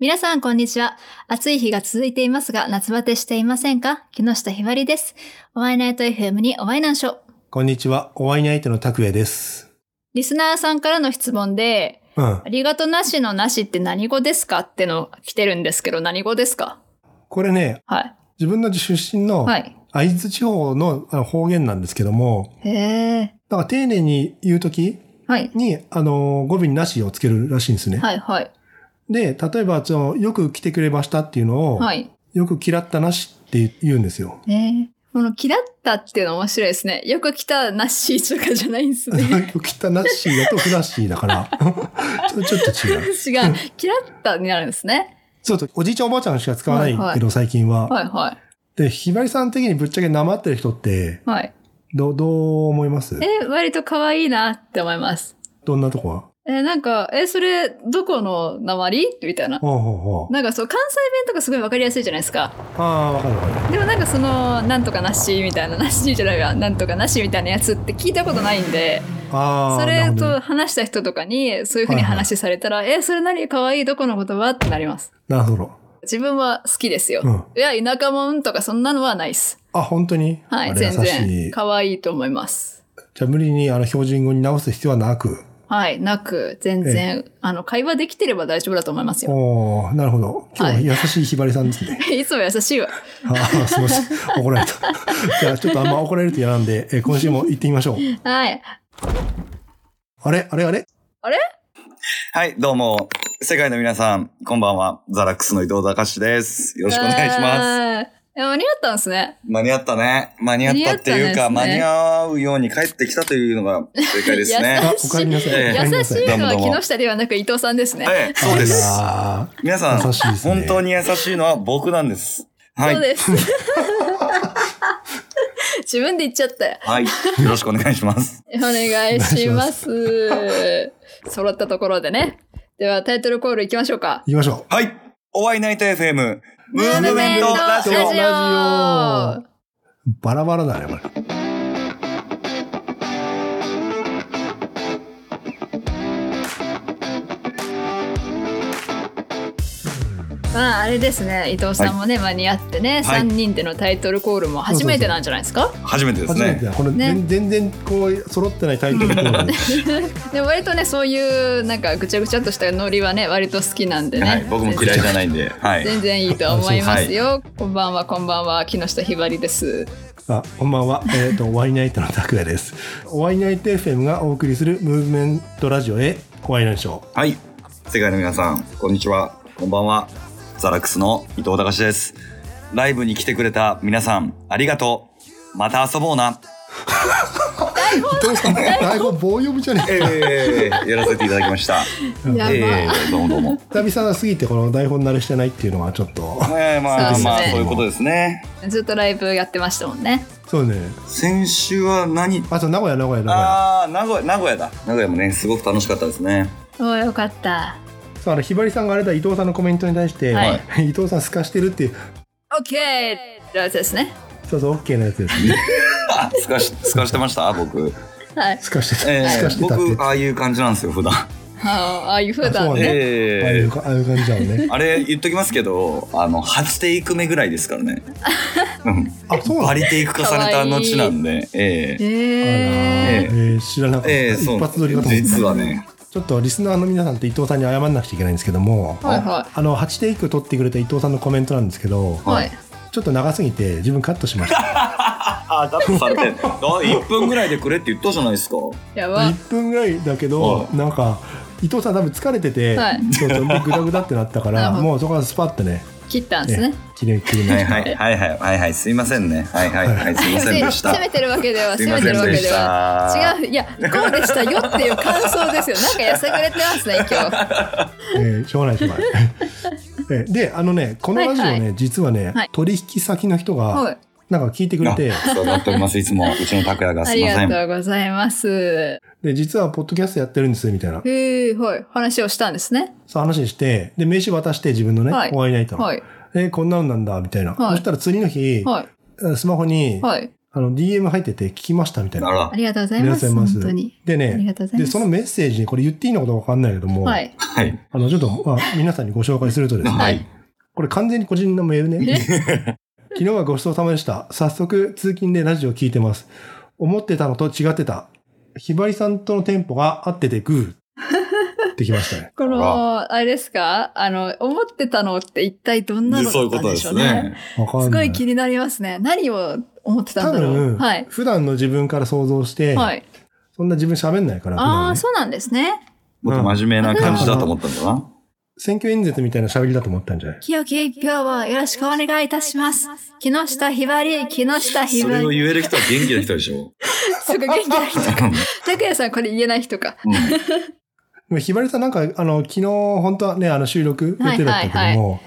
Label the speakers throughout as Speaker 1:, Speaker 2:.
Speaker 1: 皆さん、こんにちは。暑い日が続いていますが、夏バテしていませんか木下ひばりです。おワイナイト FM におワイナンショー。
Speaker 2: こんにちは。お会いに相手の拓也です。
Speaker 1: リスナーさんからの質問で、
Speaker 2: うん
Speaker 1: あ。りがとなしのなしって何語ですかっての来てるんですけど、何語ですか
Speaker 2: これね、
Speaker 1: はい。
Speaker 2: 自分の出身の
Speaker 1: はい。
Speaker 2: 会津地方のあの方言なんですけども、
Speaker 1: へえ。
Speaker 2: だから丁寧に言うとき
Speaker 1: はい。
Speaker 2: に、あの、語尾になしをつけるらしいんですね。
Speaker 1: はい、はい。
Speaker 2: で、例えば、そのよく来てくれましたっていうのを、
Speaker 1: はい。
Speaker 2: よく嫌ったなしって言うんで すよ。
Speaker 1: ええ。この、嫌ったっていうの面白いですね。よく来たなしとかじゃないんです ね。
Speaker 2: よく来たなしだとふなっしーだから、 それちょっと違
Speaker 1: 違
Speaker 2: う。
Speaker 1: う。嫌ったになるんですね。
Speaker 2: そうと、おじいちゃんおばあちゃんしか使わないけど、
Speaker 1: はいは
Speaker 2: 最近は。
Speaker 1: はい、は
Speaker 2: で、ひばりさん的にぶっちゃけなまってる人って、
Speaker 1: い。はい。
Speaker 2: ど、どう思います
Speaker 1: え、割と可愛いなって思います。
Speaker 2: どんなとこは
Speaker 1: え、なんか、え、それ、どこの鉛みたいな。
Speaker 2: ほうほうほう。
Speaker 1: なんかそう、関西弁とかすごいわかりやすいじゃないですか。
Speaker 2: ああー、わかるわかる。
Speaker 1: でもなんかその、なんとかなしみたいな、なしじゃないわ、なんとかなしみたいなやつって聞いたことないんで、
Speaker 2: ああ、
Speaker 1: そ
Speaker 2: な
Speaker 1: れ
Speaker 2: るほどね
Speaker 1: と話した人とかに、そういうふうに話されたら、え、それ何可愛いどこの言葉ってなります。
Speaker 2: なるほど。
Speaker 1: 自分は好きですよ。
Speaker 2: うん
Speaker 1: いや、田舎もんとかそんなのはないっす。
Speaker 2: あ、本当に
Speaker 1: は
Speaker 2: あ
Speaker 1: い、
Speaker 2: れ
Speaker 1: 全
Speaker 2: 優し
Speaker 1: 然。
Speaker 2: い。
Speaker 1: 可愛いと思います。
Speaker 2: じゃあ無理にあの標準語に直す必要はなく。
Speaker 1: はい、なく、全然、あの、会話できてれば大丈夫だと思いますよ。
Speaker 2: おおなるほど。今日は
Speaker 1: はい
Speaker 2: 優しいひばりさんですね。
Speaker 1: いつも優しいわ。
Speaker 2: ああ、すみません。怒られた。じゃあちょっとあんま怒られると嫌なんで、えー今週も行ってみましょう。
Speaker 1: はい。
Speaker 2: あれあれあれ
Speaker 3: はい、どうも。世界の皆さん、こんばんは。ザラックスの伊藤隆です。
Speaker 1: よ
Speaker 3: よろしくお願いします。
Speaker 1: す。え間に合ったんです ね。
Speaker 3: 間に合ったね。間に合ったっていうか、
Speaker 1: 間
Speaker 3: 間
Speaker 1: に
Speaker 3: に合うように帰ってきたというのが正解です
Speaker 1: 優
Speaker 3: ね。
Speaker 2: あ、お帰りなさい。
Speaker 3: ええ
Speaker 2: お帰り
Speaker 1: 優
Speaker 2: な
Speaker 1: し
Speaker 2: さい
Speaker 1: いの
Speaker 3: どうもどう
Speaker 1: は
Speaker 3: も
Speaker 1: 木下ではなく伊藤さんですね。
Speaker 3: ええ、そうで
Speaker 2: い
Speaker 3: す。
Speaker 2: や
Speaker 3: 皆さん、
Speaker 2: 優しいですね
Speaker 3: 本当に優しいのは僕なんです。は
Speaker 1: そう
Speaker 3: い。
Speaker 1: です。 自分で言っちゃったよ。
Speaker 3: はい。よろしくお願いします。
Speaker 1: お願いします。揃ったところでね。ではタイトルコールいきましょうか。
Speaker 2: ー行きましょ
Speaker 3: はい。お会いナイト FM、ムーブメントラジ
Speaker 2: ムーブメント。
Speaker 3: オ
Speaker 2: ラ
Speaker 1: ラジ
Speaker 2: う。バラバラだね、これ。
Speaker 1: オまああれですね、伊藤さんもね、間に合ってね、
Speaker 3: はい
Speaker 1: 三人でのタイトルコールも初めてなんじゃないですか。
Speaker 3: 初めてです
Speaker 2: 初め
Speaker 3: ね
Speaker 2: て。だ。この
Speaker 1: ね
Speaker 2: 全全然こう揃ってないタイトルコール。
Speaker 1: でも割とね、そういうなんかぐちゃぐちゃっとしたノリはね、割と好きなんでね。
Speaker 3: はい。僕も嫌いじゃないんで。はい。
Speaker 1: 全然いいと思いますよ。こんばんは、こんばんは、木下ひばりです。
Speaker 2: あ、こんばんは。えっ、と、ワイナイトの拓也です。ワイナイト FM がお送りするムーブメントラジオへご案内しょ
Speaker 3: はい。世界の皆さん、こんにちは。こんばんは。ザラックスの伊藤隆です。ライブに来てくれた皆さん、ありがとう。また遊ぼうな。
Speaker 2: う。伊藤さん、台本棒読みじゃねえ。
Speaker 3: えー、やらせていただきました。
Speaker 1: やばい。
Speaker 3: えー、どうもどうも。
Speaker 2: 久々すぎてこの台本慣れしてないっていうのはちょっと。
Speaker 3: えー、まあ
Speaker 1: そうですね
Speaker 3: まあ、そういうことですね。
Speaker 1: ずっとライブやってましたもんね。
Speaker 2: そうね。
Speaker 3: 先週は何
Speaker 2: あと、名古屋、名古屋、名古屋。
Speaker 3: あー、名古屋、名古屋だ。名古屋もね、すごく楽しかったですね。
Speaker 1: おーよかった。
Speaker 2: そう、あの、ひばりさんがあれだ、伊藤さんのコメントに対して、
Speaker 1: は
Speaker 2: 伊藤さん透かしてるっていう、
Speaker 1: オッケーってやつですね。
Speaker 2: そうそう、OK のやつですね。
Speaker 3: あ、すかし、すかしてました僕。
Speaker 1: はい。
Speaker 2: 透かしてた。
Speaker 3: え
Speaker 2: 透か
Speaker 3: ー、
Speaker 2: してたっていう
Speaker 3: 僕、。ああいう感じなんですよ、普段。
Speaker 1: あーああいう風だ
Speaker 2: あそう
Speaker 1: ね。
Speaker 2: ねああい
Speaker 3: え
Speaker 2: う
Speaker 3: ー、
Speaker 2: ああいう感じだもんね。
Speaker 3: あれ言っときますけど、あの、8テイク目ぐらいですからね。うん
Speaker 2: あ、そうな
Speaker 3: バ
Speaker 2: の
Speaker 3: リテイク化された後なんで、ええ
Speaker 1: え
Speaker 2: えー、知らなかった。
Speaker 3: ええ
Speaker 2: 一発撮りかと思った
Speaker 3: 実はね、
Speaker 2: ちょっとリスナーの皆さんと伊藤さんに謝らなくちゃいけないんですけども、
Speaker 1: はいはい
Speaker 2: あの8テイク取ってくれた伊藤さんのコメントなんですけど、
Speaker 1: ー。はい。
Speaker 2: ちょっと長すぎて自分カットし ました
Speaker 3: あ、だってされてんの、1分ぐらいでくれって言ったじゃないですか。
Speaker 1: やば。
Speaker 2: 1分ぐらいだけど
Speaker 3: は
Speaker 2: なんか伊藤さん多分疲れてて、
Speaker 1: はい
Speaker 2: そうそうでグダグダってなったか
Speaker 1: な
Speaker 2: ら
Speaker 1: るほど
Speaker 2: もうそこからスパッとね
Speaker 1: 切ったんです
Speaker 2: ね
Speaker 1: ね。
Speaker 2: 切れ切れま
Speaker 3: は
Speaker 2: し
Speaker 3: い
Speaker 2: た、
Speaker 3: はいはいはいはいはい、すいませんね。はいはいはい、すいませんでし
Speaker 1: せ
Speaker 3: た。
Speaker 1: 攻めてるわけでは、
Speaker 3: す
Speaker 1: 攻め
Speaker 3: いま
Speaker 1: て
Speaker 3: せ
Speaker 1: る
Speaker 3: ん
Speaker 1: わけ
Speaker 3: で
Speaker 1: で
Speaker 3: し
Speaker 1: は。違
Speaker 3: た。
Speaker 1: う、いや、こうでしたよっていう感想ですよ。なんかやさぐれてますね、今 日。
Speaker 2: えーしょうがないしょうがない えーであのねこのラジオね、
Speaker 1: はいは
Speaker 2: 実はね、
Speaker 1: はい
Speaker 2: 取引先の人
Speaker 1: は
Speaker 2: が
Speaker 1: い。
Speaker 2: なんか聞いてくれて、
Speaker 3: あそうなっております、いつも。うちの拓也が
Speaker 1: あ
Speaker 3: すい
Speaker 1: り
Speaker 3: ませ
Speaker 1: が
Speaker 3: ん。
Speaker 1: とうございます。
Speaker 2: で実はポッドキャストやってるんですみたいな
Speaker 1: へえ、はい。話をしたんですね。
Speaker 2: そう話してで名刺渡して自分のね、
Speaker 1: はい
Speaker 2: お会いないと、
Speaker 1: はい。
Speaker 2: えーこんなのなんだみたいな、
Speaker 1: はい
Speaker 2: そしたら次の日、
Speaker 1: はい。
Speaker 2: スマホに、
Speaker 1: はい。
Speaker 2: あの、DM 入ってて聞きましたみたいな。
Speaker 3: なら
Speaker 1: あ、りがとうござい
Speaker 2: いら
Speaker 1: ま
Speaker 2: っしゃ
Speaker 1: す。
Speaker 2: います
Speaker 1: 本当に。
Speaker 2: で
Speaker 1: あり
Speaker 2: ね、
Speaker 1: がとうございま
Speaker 2: で、
Speaker 1: す。
Speaker 2: そのメッセージに、これ言っていいのかどうかわかんないけども、
Speaker 1: はい。
Speaker 3: はい。
Speaker 2: あの、ちょっと、まあ、皆さんにご紹介するとですね、
Speaker 3: はい。
Speaker 2: これ完全に個人のメールね。 昨日はごちそうさまでした。早速、通勤でラジオ聞いてます。思ってたのと違ってた。ひばりさんとのテンポが合っててグー。ってきましたね。
Speaker 1: この、あれですかあの、思ってたのって一体どんなのだ
Speaker 3: でそうい
Speaker 1: っ
Speaker 3: う
Speaker 1: たん
Speaker 3: こと
Speaker 1: で
Speaker 3: で
Speaker 1: しょ
Speaker 3: す
Speaker 1: うね。
Speaker 3: ね。
Speaker 2: わか
Speaker 1: すご
Speaker 2: んないい。
Speaker 1: 気になりますね。何を思ってた
Speaker 2: 多
Speaker 1: んだろう。
Speaker 2: 分、
Speaker 1: はい。
Speaker 2: 普段の自分から想像して、
Speaker 1: はい。
Speaker 2: そんな自分喋んないから、普
Speaker 1: あ
Speaker 2: 段
Speaker 1: あ、
Speaker 2: ね
Speaker 1: そうなんですね。
Speaker 3: もっと真面目な感じだと思ったんだな。
Speaker 2: 選挙演説みたいな喋りだと思ったんじゃない
Speaker 1: 清き一票をよろしくお願いいたし ます。木下ひばり、木下ひ
Speaker 3: そ
Speaker 1: ば
Speaker 3: れを
Speaker 1: り。
Speaker 3: 言える人は元気な人でしょ。
Speaker 1: すごい元気 な人。拓也さん、これ言えない人か。
Speaker 3: うん
Speaker 2: でもひばりさんなんか、あの、昨日、本当はね、あの、収録予定だったけども、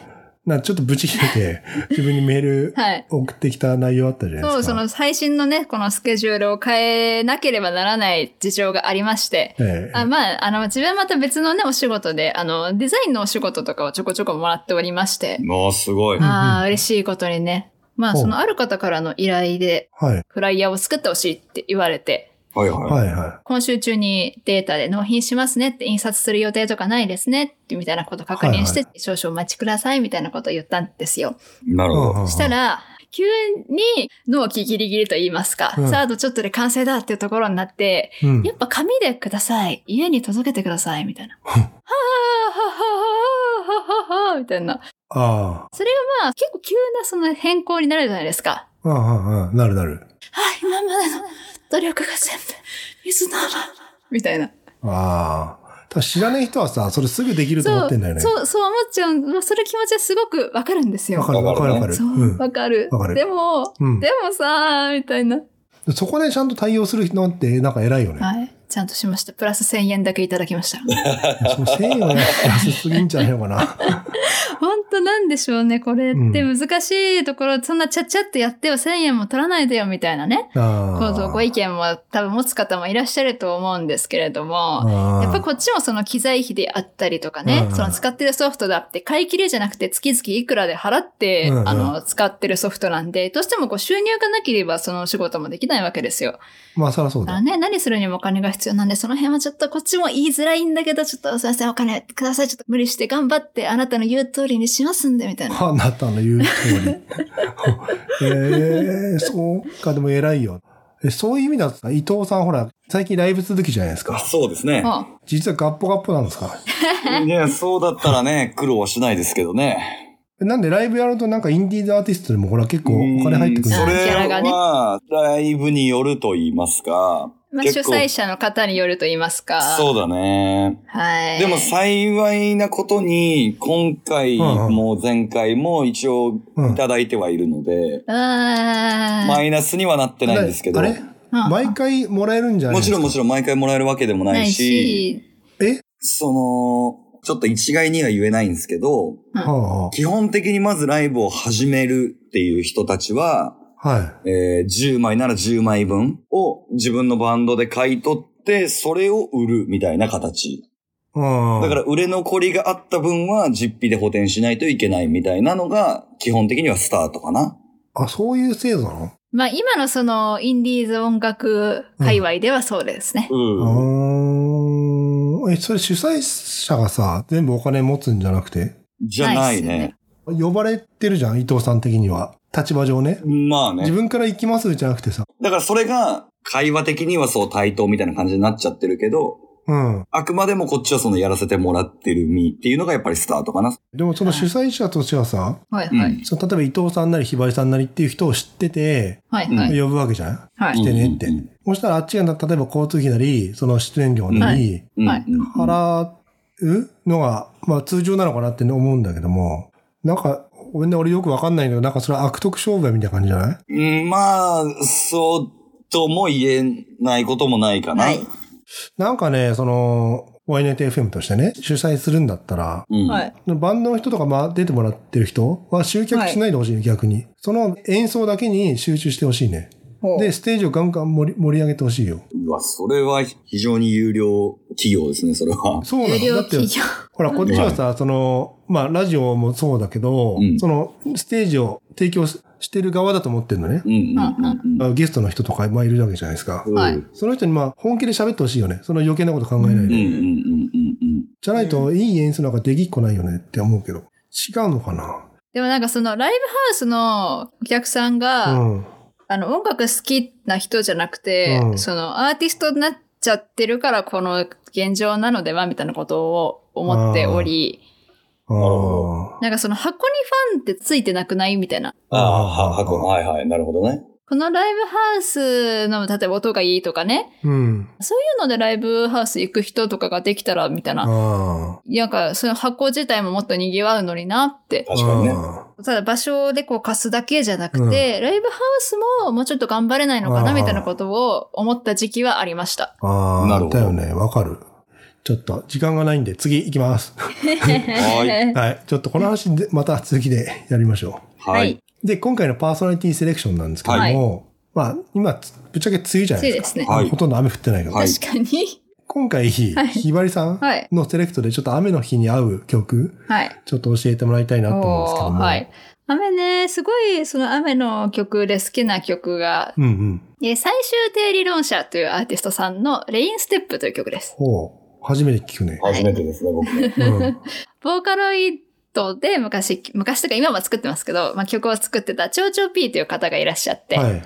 Speaker 2: なんかちょっとブチ切れて、自分にメール
Speaker 1: はい。
Speaker 2: 送ってきた内容あったじゃないですか。
Speaker 1: そう、その最新のね、このスケジュールを変えなければならない事情がありまして、
Speaker 2: ええ
Speaker 1: あまあ、あの、自分はまた別のね、お仕事で、あの、デザインのお仕事とかをちょこちょこもらっておりまして、
Speaker 3: もうすごい。
Speaker 1: ああ、嬉しいことにね。まあ、
Speaker 2: ほう
Speaker 1: そのある方からの依頼で、
Speaker 2: はい。
Speaker 1: フライヤーを作ってほしいって言われて、
Speaker 3: はいは
Speaker 2: はいは。
Speaker 1: 今週中にデータで納品しますねって、印刷する予定とかないですねって、みたいなこと確認して、少々お待ちくださいみたいなことを言ったんですよ。
Speaker 3: い。ないるほど。
Speaker 2: うん
Speaker 1: した、ら、急に納期ギリギリと言いますか、
Speaker 2: うん
Speaker 1: サードちょっとで完成だっていうところになって、
Speaker 2: うん
Speaker 1: やっぱ紙でください。家に届けてください。みたいな。はぁ、はぁ、はぁ、はぁ、はぁ、みたいな。
Speaker 2: あ
Speaker 1: まあ、結構急なその変更になるじゃないですか。
Speaker 2: あ、うんうんうん、なるなる。
Speaker 1: はい、今までの努力が全部、水なら、みたいな。
Speaker 2: ああ。ただ知らない人はさ、それすぐできると思ってんだよね。
Speaker 1: そう、そう思っちゃう。まあそれ気持ちはすごくわかるんですよ。
Speaker 2: わかるわかるわかる。
Speaker 1: そう、わかる。
Speaker 2: わかる
Speaker 1: でも、
Speaker 2: うん
Speaker 1: でもさ、みたいな。
Speaker 2: うん。そこでちゃんと対応する人って、なんか偉いよね。
Speaker 1: はい。ちゃんとしました。プラス1000円だけいただきま した。
Speaker 2: その1000円は安すぎんじゃないのかな。
Speaker 1: 本当なんでしょうね。これっ
Speaker 2: うん
Speaker 1: て難しいところ、そんなちゃっちゃってやっては1000円も取らないでよみたいなね。
Speaker 2: あ
Speaker 1: こ
Speaker 2: あ。
Speaker 1: うご意見も多分持つ方もいらっしゃると思うんですけれども。
Speaker 2: ああ
Speaker 1: やっぱこっちもその機材費であったりとかね
Speaker 2: う、ん
Speaker 1: その使ってるソフトだって買い切りじゃなくて月々いくらで払って、
Speaker 2: うん
Speaker 1: あの、使ってるソフトなんで、どうしてもこう収入がなければそのお仕事もできないわけですよ。
Speaker 2: まあ、そりゃそう
Speaker 1: だか
Speaker 2: だ
Speaker 1: ら。ね、何するにもお金が必要なんで、その辺はちょっとこっちも言いづらいんだけど、ちょっとすいません、お金ください。ちょっと無理して頑張って、あなたの言う通りにしますんで、みたいな。
Speaker 2: あなたの言う通 り。ええそうか、でも偉いよ。えそういう意味だとさ、伊藤さんほら、最近ライブ続きじゃないです
Speaker 3: あ
Speaker 2: か。
Speaker 3: そうですね。
Speaker 1: もう
Speaker 2: 実はガッポガッポなんですか。
Speaker 3: いや、そうだった らね、苦労はしないですけどね。
Speaker 2: えなんでライブやるとなんかインディーズアーティストでもほら結構お金入ってくる
Speaker 3: そ
Speaker 1: うん
Speaker 2: だよ
Speaker 1: ギャラ
Speaker 3: れ
Speaker 1: がね
Speaker 3: は、ライブによると言いますか。
Speaker 1: まあ、主
Speaker 3: 結構
Speaker 1: 催者の方によると言いますか。
Speaker 3: そうだね。
Speaker 1: はい。
Speaker 3: でも幸いなことに、今回
Speaker 2: うんうん
Speaker 3: も前回も一応
Speaker 2: うん
Speaker 3: いただいてはいるので、
Speaker 1: うーん。
Speaker 3: マイナスにはなってないんですけど、
Speaker 2: あれ
Speaker 1: うん
Speaker 2: 毎回もらえるんじゃない
Speaker 3: もちろんも
Speaker 2: ち
Speaker 3: ちろん毎回もらえるわけでもないし、
Speaker 2: ろん。え
Speaker 3: その、ちょっと一概には言えないんですけど、
Speaker 2: は
Speaker 3: 基本的にまずライブを始めるっていう人たちは、
Speaker 2: あ、はい。
Speaker 3: えー10枚なら10枚分を自分のバンドで買い取って、それを売るみたいな形。
Speaker 2: うん。
Speaker 3: だから、売れ残りがあった分は実費で補填しないといけないみたいなのが基本的にはスタートかな。
Speaker 2: あ、そういう制度なの
Speaker 1: まあ、今のその、インディーズ音楽界隈ではそうですね。
Speaker 3: うん。
Speaker 2: うーん。え、それ主催者がさ、全部お金持つんじゃなくて
Speaker 3: じゃない
Speaker 1: ないっ
Speaker 3: ね。
Speaker 2: 呼ばれてるじゃん、伊藤さん的には。立場上ね。
Speaker 3: まあ
Speaker 2: 自
Speaker 3: ね。
Speaker 2: 分から行きますじゃなくてさ。
Speaker 3: だからそれが会話的にはそう対等みたいな感じになっちゃってるけど、
Speaker 2: うん。
Speaker 3: あくまでもこっちはそのやらせてもらってる身っていうのがやっぱりスタートかな。
Speaker 2: でもその主催者としてはさ、
Speaker 1: はいはい。
Speaker 2: その例えば伊藤さんなりひばりさんなりっていう人を知ってて、
Speaker 1: はいはい。
Speaker 2: 呼ぶわけじゃん
Speaker 1: は
Speaker 2: 来
Speaker 1: い。
Speaker 2: てねって
Speaker 3: うんうん。
Speaker 2: そしたらあっちがな例えば交通費なり、その出演料なり、
Speaker 3: うん
Speaker 1: はい
Speaker 3: うんうん
Speaker 2: 払うのが、まあ通常なのかなって思うんだけども、なんか、ごめんね、俺よくわかんないけど、なんかそれは悪徳商売みたいな感じじゃない
Speaker 3: うんまあ、そうとも言えないこともないかな。
Speaker 1: はい。
Speaker 2: なんかね、その、ワイネット FM としてね、主催するんだったら、
Speaker 3: うん。
Speaker 1: はい。
Speaker 2: バンドの人とか、まあ、出てもらってる人は集客しないでほしいね、逆に。その演奏だけに集中してほしいね。
Speaker 1: ほう
Speaker 2: で、ステージをガンガン盛り盛り上げてほしいよ。
Speaker 3: うわ、それは非常に有料企業ですね、それは。
Speaker 2: そうな
Speaker 1: 有
Speaker 2: の
Speaker 1: 料
Speaker 2: だって
Speaker 1: 企、業。
Speaker 2: ほら、こっちはさ、その、まあ、ラジオもそうだけど、
Speaker 3: うん
Speaker 2: その、ステージを提供ししてる側だと思ってるのね
Speaker 3: う。んうんうん
Speaker 2: あゲストの人とか、まあ、いるわけじゃないですか
Speaker 3: う。ん。
Speaker 1: はい
Speaker 3: うん
Speaker 2: その人に、まあ、本気で喋ってほしいよね。その余計なこと考えないで。
Speaker 3: うんうんうんうん
Speaker 2: じゃないと、いい演出なんかできっこないよねって思うけど。違うのかな
Speaker 1: でもなんかそのライブハウスのお客さんが、
Speaker 2: うん。
Speaker 1: あの音楽好きな人じゃなくて、
Speaker 2: うん
Speaker 1: そのアーティストになっちゃってるからこの現状なのではみたいなことを思っており、
Speaker 2: ああ。
Speaker 1: なんかその箱にファンってついてなくないみたいな。
Speaker 3: ああ、は、はこ、はいはい、なるほどね。
Speaker 1: このライブハウスの、例えば音がいいとかね、
Speaker 2: うん。
Speaker 1: そういうのでライブハウス行く人とかができたら、みたいな。
Speaker 2: ああ。
Speaker 1: なんか、その箱自体ももっと賑わうのになって。
Speaker 3: 確かにね。
Speaker 2: あ
Speaker 1: ただ場所でこう貸すだけじゃなくて、ライブハウスももうちょっと頑張れないのか
Speaker 2: あー
Speaker 1: な、みたいなことを思った時期はありました。
Speaker 2: あ
Speaker 3: なるほど
Speaker 2: だよね。わかる。ちょっと、時間がないんで、次行 きます。
Speaker 3: い
Speaker 2: はい。ちょっとこの話で、また続きでやりましょ
Speaker 1: は
Speaker 3: はいい。。
Speaker 2: う。で、今回のパーソナリティセレクションなんですけども、まあ、今、ぶっちゃけ梅雨じゃな
Speaker 1: 暑
Speaker 2: い
Speaker 1: い
Speaker 2: です
Speaker 1: で
Speaker 2: か。
Speaker 1: すね。
Speaker 3: はい
Speaker 2: ほとんど雨降ってないけど。
Speaker 3: はい
Speaker 1: 確かに。
Speaker 2: 今回、
Speaker 1: はい
Speaker 2: ひばりさん
Speaker 1: はい
Speaker 2: のセレクトでちょっと雨の日に合う曲、
Speaker 1: はい。
Speaker 2: ちょっと教えてもらいたいなと思うんですけど
Speaker 1: おー
Speaker 2: も。
Speaker 1: はい。雨ね、すごい、その雨の曲で好きな曲が、
Speaker 2: うんうん。
Speaker 1: えー最終定理論者というアーティストさんのレインステップという曲です。
Speaker 2: ほう。初めて聞くね。
Speaker 3: 初めてですね、僕 ね。
Speaker 2: うん。
Speaker 1: ボーカロイドで昔、昔とか今も作ってますけど、まあ、曲を作ってたチョウチョウ P という方がいらっしゃって、
Speaker 2: はい。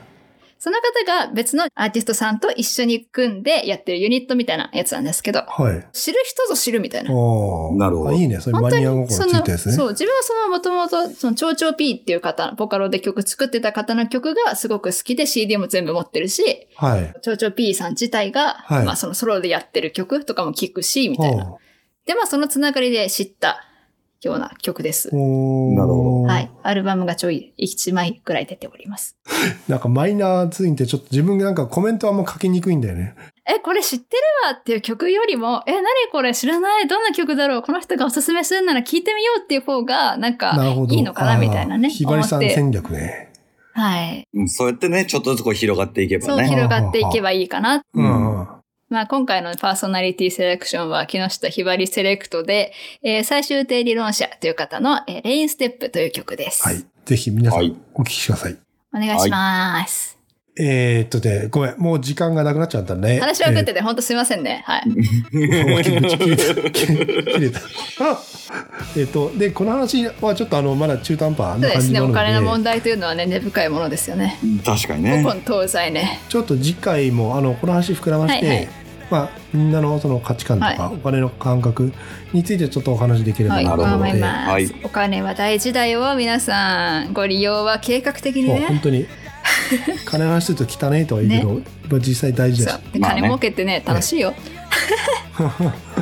Speaker 1: その方が別のアーティストさんと一緒に組んでやってるユニットみたいなやつなんですけど、
Speaker 2: はい。
Speaker 1: 知る人ぞ知るみたいな。
Speaker 2: おー
Speaker 3: なるほど
Speaker 2: あいいね。それマニア心つ
Speaker 1: その
Speaker 2: いたですね。
Speaker 1: そう、自分はそのもともと、その、チョウチョウ P っていう方、ボカロで曲作ってた方の曲がすごく好きで CD も全部持ってるし、
Speaker 2: はい。
Speaker 1: チョウチョウ P さん自体が、
Speaker 2: はい
Speaker 1: まあそのソロでやってる曲とかも聞くし、みたいな。
Speaker 2: ほ
Speaker 1: で、まあそのつながりで知ったような曲です
Speaker 2: う。。おー
Speaker 3: なるほ
Speaker 1: はい。。アルバムがちょい1枚くらい出ております。
Speaker 2: なんかマイナーついて、ちょっと自分がなんかコメントあんま書きにくいんだよね。
Speaker 1: え、これ知ってるわっていう曲よりも、え、何これ知らないどんな曲だろうこの人がおすすめするなら聞いてみようっていう方が、なん
Speaker 2: なる
Speaker 1: か
Speaker 2: ほ、ど。
Speaker 1: いいのかなみたいなね。
Speaker 2: あーひばりさん
Speaker 1: 思って
Speaker 2: 戦略ね。
Speaker 1: はい。
Speaker 3: うんそうやってね、ちょっとずつこう広がっていけば
Speaker 1: そう
Speaker 3: ね。
Speaker 1: 広がっていけばいいかな。
Speaker 2: う
Speaker 3: うんん
Speaker 2: うん。
Speaker 1: まあ今回のパーソナリティセレクションは木下ひばりセレクトで、えー最終定理論者という方の、えーレインステップという曲です。
Speaker 2: はい。ぜひ皆さ
Speaker 3: はい
Speaker 2: んお聞きください。
Speaker 1: お願いします。
Speaker 2: えー、っとね、ごめん。もう時間がなくなっちゃったね。
Speaker 1: 話を送っ
Speaker 2: え
Speaker 1: てて、ほんとすいませんね。はい。
Speaker 2: ー切れた切れた。 えーっと、で、この話はちょっとあの、まだ中途半
Speaker 1: そ
Speaker 2: 端な
Speaker 1: うで
Speaker 2: 感
Speaker 1: す
Speaker 2: じ
Speaker 1: ね。
Speaker 2: なの
Speaker 1: お
Speaker 2: で。
Speaker 1: 金の問題というのはね、根深いものですよね。
Speaker 3: 確かに
Speaker 1: 古
Speaker 3: ね。
Speaker 1: 今東西ね。
Speaker 2: ちょっと次回もあのこの話膨らまして、
Speaker 1: はいはい
Speaker 2: まあ、みんなのその価値観とか、お金の感覚についてちょっとお話できれば
Speaker 1: はい、
Speaker 2: な
Speaker 3: る
Speaker 2: と
Speaker 3: ほど
Speaker 2: 思う
Speaker 1: 思
Speaker 2: の
Speaker 1: い
Speaker 2: で、
Speaker 1: ます、
Speaker 3: はい
Speaker 1: お金は大事だよ、皆さん。ご利用は計画的に
Speaker 2: そう本
Speaker 1: ね。
Speaker 2: 当に金の話すると汚いとは言うけど、まあ実際大事だ
Speaker 1: そ
Speaker 2: し
Speaker 1: う。で
Speaker 3: まあね
Speaker 1: 金儲けってね、楽しいよ。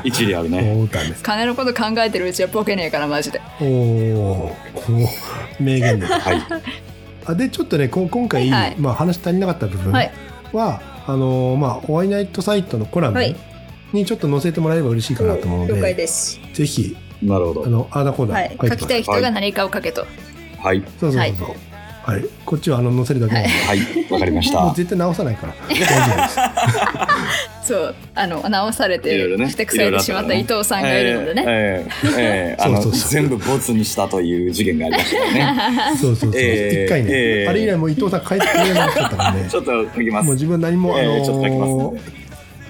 Speaker 3: 一理あるね。
Speaker 2: 思ったんです。
Speaker 1: 金のこと考えてるうちはボケねえから、マジで。
Speaker 2: おおー、名 言で。
Speaker 3: はい。
Speaker 2: あでちょっとねこ今回、
Speaker 1: はいはい
Speaker 2: まあ、話足りなかった部分は、
Speaker 1: はい
Speaker 2: あのーまあ、お会いナイトサイトのコラム
Speaker 1: はい
Speaker 2: にちょっと載せてもらえれば嬉しいかなと思うので、
Speaker 1: です。
Speaker 2: ぜひ
Speaker 3: なるほ
Speaker 2: あ
Speaker 3: ど。
Speaker 2: のあーだこーだ、
Speaker 1: はい。
Speaker 2: 書い
Speaker 1: 書き
Speaker 2: てく
Speaker 1: た
Speaker 2: ださい
Speaker 1: い人が何かを書けと。
Speaker 3: はい。
Speaker 2: そうそうそうそうはい、こっちはあの載せるだけなんで、
Speaker 3: はい。わかりまし
Speaker 2: もう
Speaker 3: た。
Speaker 2: 絶対直さないから。大丈夫です。
Speaker 1: そう。あの、直され
Speaker 3: いろい
Speaker 1: て
Speaker 3: ろ、ね
Speaker 1: ふてくされてしまった伊藤さんがいるのでね。
Speaker 3: えええ えあの
Speaker 2: そうそうそう
Speaker 3: 全部ボツにしたという事件がありましたからね。
Speaker 2: そうそうそう。
Speaker 3: えー
Speaker 2: 一回ね、
Speaker 3: えー
Speaker 2: あれ以来もう伊藤さん帰ってくれなくなっちゃったからね
Speaker 3: ち。ょっと書きま
Speaker 2: もう
Speaker 3: す。
Speaker 2: 自分何も、あの
Speaker 3: ええちょっと書きますん
Speaker 2: ー
Speaker 3: で。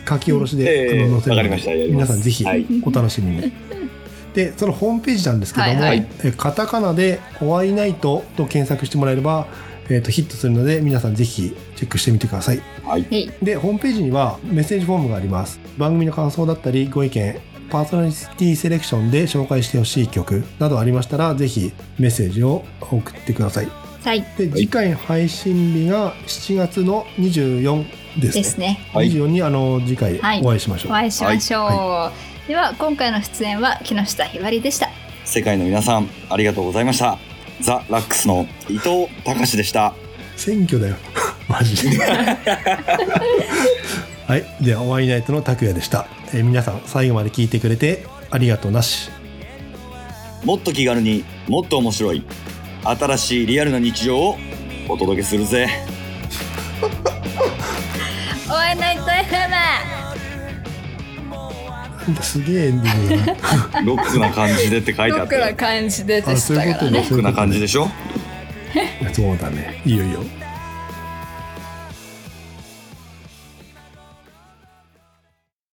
Speaker 2: 書き下ろしで、
Speaker 3: ええ
Speaker 2: あの載せるので
Speaker 3: わかりましたやりま
Speaker 2: 皆
Speaker 3: す
Speaker 2: さんぜひ
Speaker 3: はい
Speaker 2: お楽しみに。で、そのホームページなんですけども、
Speaker 1: はい
Speaker 3: はい
Speaker 2: えカタカナで「ホワイナイト」と検索してもらえれば、えー、とヒットするので皆さんぜひチェックしてみてください。
Speaker 3: はい。
Speaker 1: はい。
Speaker 2: でホームページにはメッセージフォームがあります番組の感想だったりご意見パーソナリティセレクションで紹介してほしい曲などありましたらぜひメッセージを送ってください
Speaker 1: はい。
Speaker 2: で次回配信日が7月の24ですね
Speaker 1: ですね。
Speaker 3: はい
Speaker 2: 24にあの次回
Speaker 1: はい
Speaker 2: お会いしましょ
Speaker 1: お
Speaker 2: う、
Speaker 1: 会いしましょう。
Speaker 2: はい
Speaker 1: では、今回の出演は木下ひばりでした。
Speaker 3: 世界の皆さんありがとうございました。ザラックスの伊藤隆でした。
Speaker 2: 選挙だよ マジで はいではお会いナイトの拓也でした、えー皆さん最後まで聞いてくれてありがとうなし
Speaker 3: もっと気軽にもっと面白い新しいリアルな日常をお届けするぜ。
Speaker 2: なんだすげえエンディングだな
Speaker 3: ロックな感じでって書いてあ
Speaker 1: ロ
Speaker 3: っ
Speaker 1: ックな
Speaker 3: て
Speaker 1: 感じででしたか
Speaker 2: あそう
Speaker 1: ら
Speaker 2: いうこと
Speaker 3: ロ
Speaker 1: ね
Speaker 2: ね。
Speaker 3: ックな感じでしょ
Speaker 2: そうだねいいよいいよ